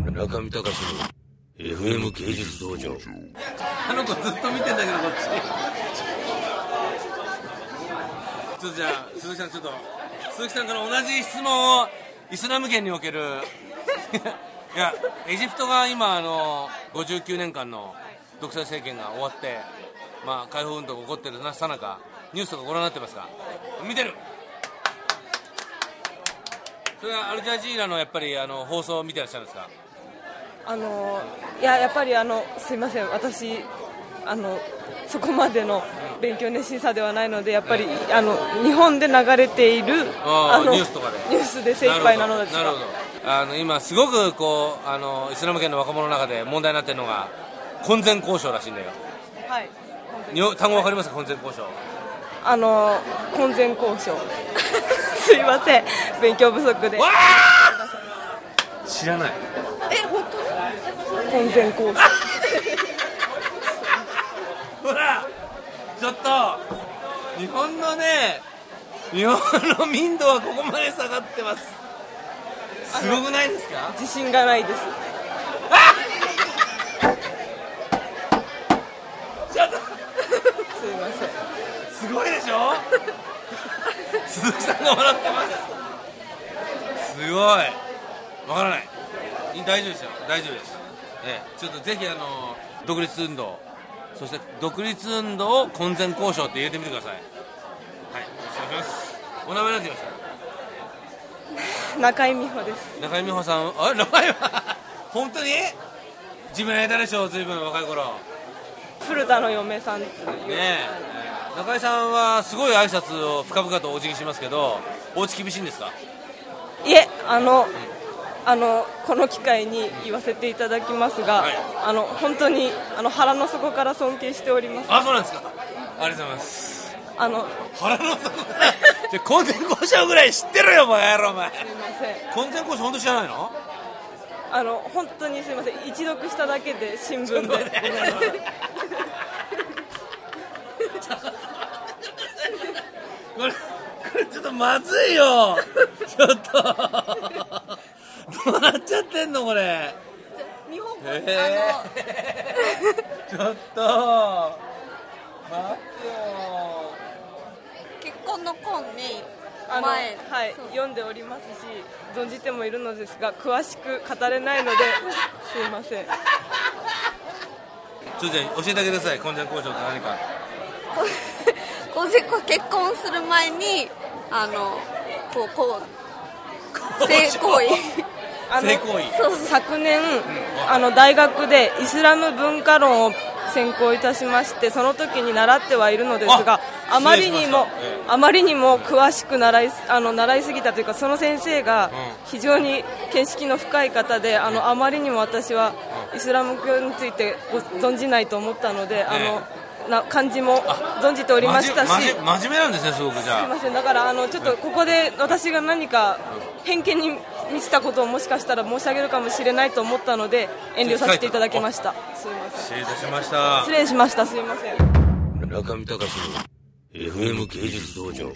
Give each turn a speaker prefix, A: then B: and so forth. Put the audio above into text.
A: 村上隆の FM 芸術道場
B: あの子ずっと見てんだけどこっちちょっとじゃあ鈴木さんちょっと鈴木さんから同じ質問をイスラム圏における いやエジプトが今あの59年間の独裁政権が終わって、まあ、解放運動が起こってるさなかニュースとかご覧になってますか見てるそれはアルジャジーラのやっぱりあの放送を見てらっしゃるんですか
C: あのいややっぱりあのすいません、私あのそこまでの勉強熱心さではないのでやっぱりあの日本で流れている
B: あー
C: の
B: ニュースとかで
C: ニュースで精一杯なのです
B: なる
C: が
B: ほどあの今すごくこうあのイスラム圏の若者の中で問題になってるのが婚前交渉らしいんだよ
C: はい
B: 日本単語わかりますか婚前交渉
C: あの婚前交渉 すいません勉強不足で
B: 知らない
C: え本当婚前交渉
B: ほらちょっと日本のね日本の民度はここまで下がってますすごくないですか
C: 自信がないです
B: ちょっと
C: すいません
B: すごいでし ょ鈴木さんが笑ってますすごいわからないいい大丈夫ですよ大丈夫です、ええ、ちょっとぜひあの独立運動そして独立運動を婚前交渉って入れてみてくださいはいお願いしますお名前なんて言いまし
C: 中井美穂です
B: た中井美穂さんあ名前は本当に自分やれたでしょ随分若い頃
C: 古田の嫁さんという、
B: ねえ中井さんはすごい挨拶を深々とお辞儀しますけどお家厳しいんですか
C: いえあのあのこの機会に言わせていただきますが、
B: はい
C: あの本当にあの腹の底から尊敬しております
B: あ、そうなんですか。ありがとうございます。
C: あの
B: 腹の底から。じゃ、婚前交渉ぐらい知ってろよ、お前、お前。
C: すいません
B: 婚前交渉、本当知らないの。
C: あの本当にすいません一読しただけで新聞で
B: これ、これちょっとまずいよ。ちょっと。どうなっちゃってんの、これ。
C: 日本語
B: えー、ちょっと。待ってよ。
D: 結婚の婚に
C: あの
D: 前
C: はい
D: そう
C: 読んでおりますし存じてもいるのですが詳しく語れないのですいません
B: ちょっとじゃあ教えてあげてください、婚前交渉って何か。
D: ここうせこう結婚する前にあのこうこ う性行為
C: あの
B: 性行為。
D: そうそう
C: 昨年あの大学でイスラム文化論を専攻いたしましてその時に習ってはいるのですが
B: あ
C: あまりに
B: 失礼しま
C: も
B: したえ
C: あまりにも詳しく習いすあの習いすぎたというかその先生が
B: う
C: 非常に見識の深い方であのあまりにも私はイスラム教についてご存じないと思ったのであのな漢字も存じておりましたし
B: 真面
C: す
B: 真面目なんですね、すごくじ
C: い
B: ゃ
C: ませんだからあのちょっとここで私が何か偏見に満ちたことをもしかしたら申し上げるかもしれないと思ったので遠慮させていただきましたすいま
B: あ。
C: せん
B: 失礼いたしました
C: 失。礼しましたすいません
A: 村上隆の FM 芸術道場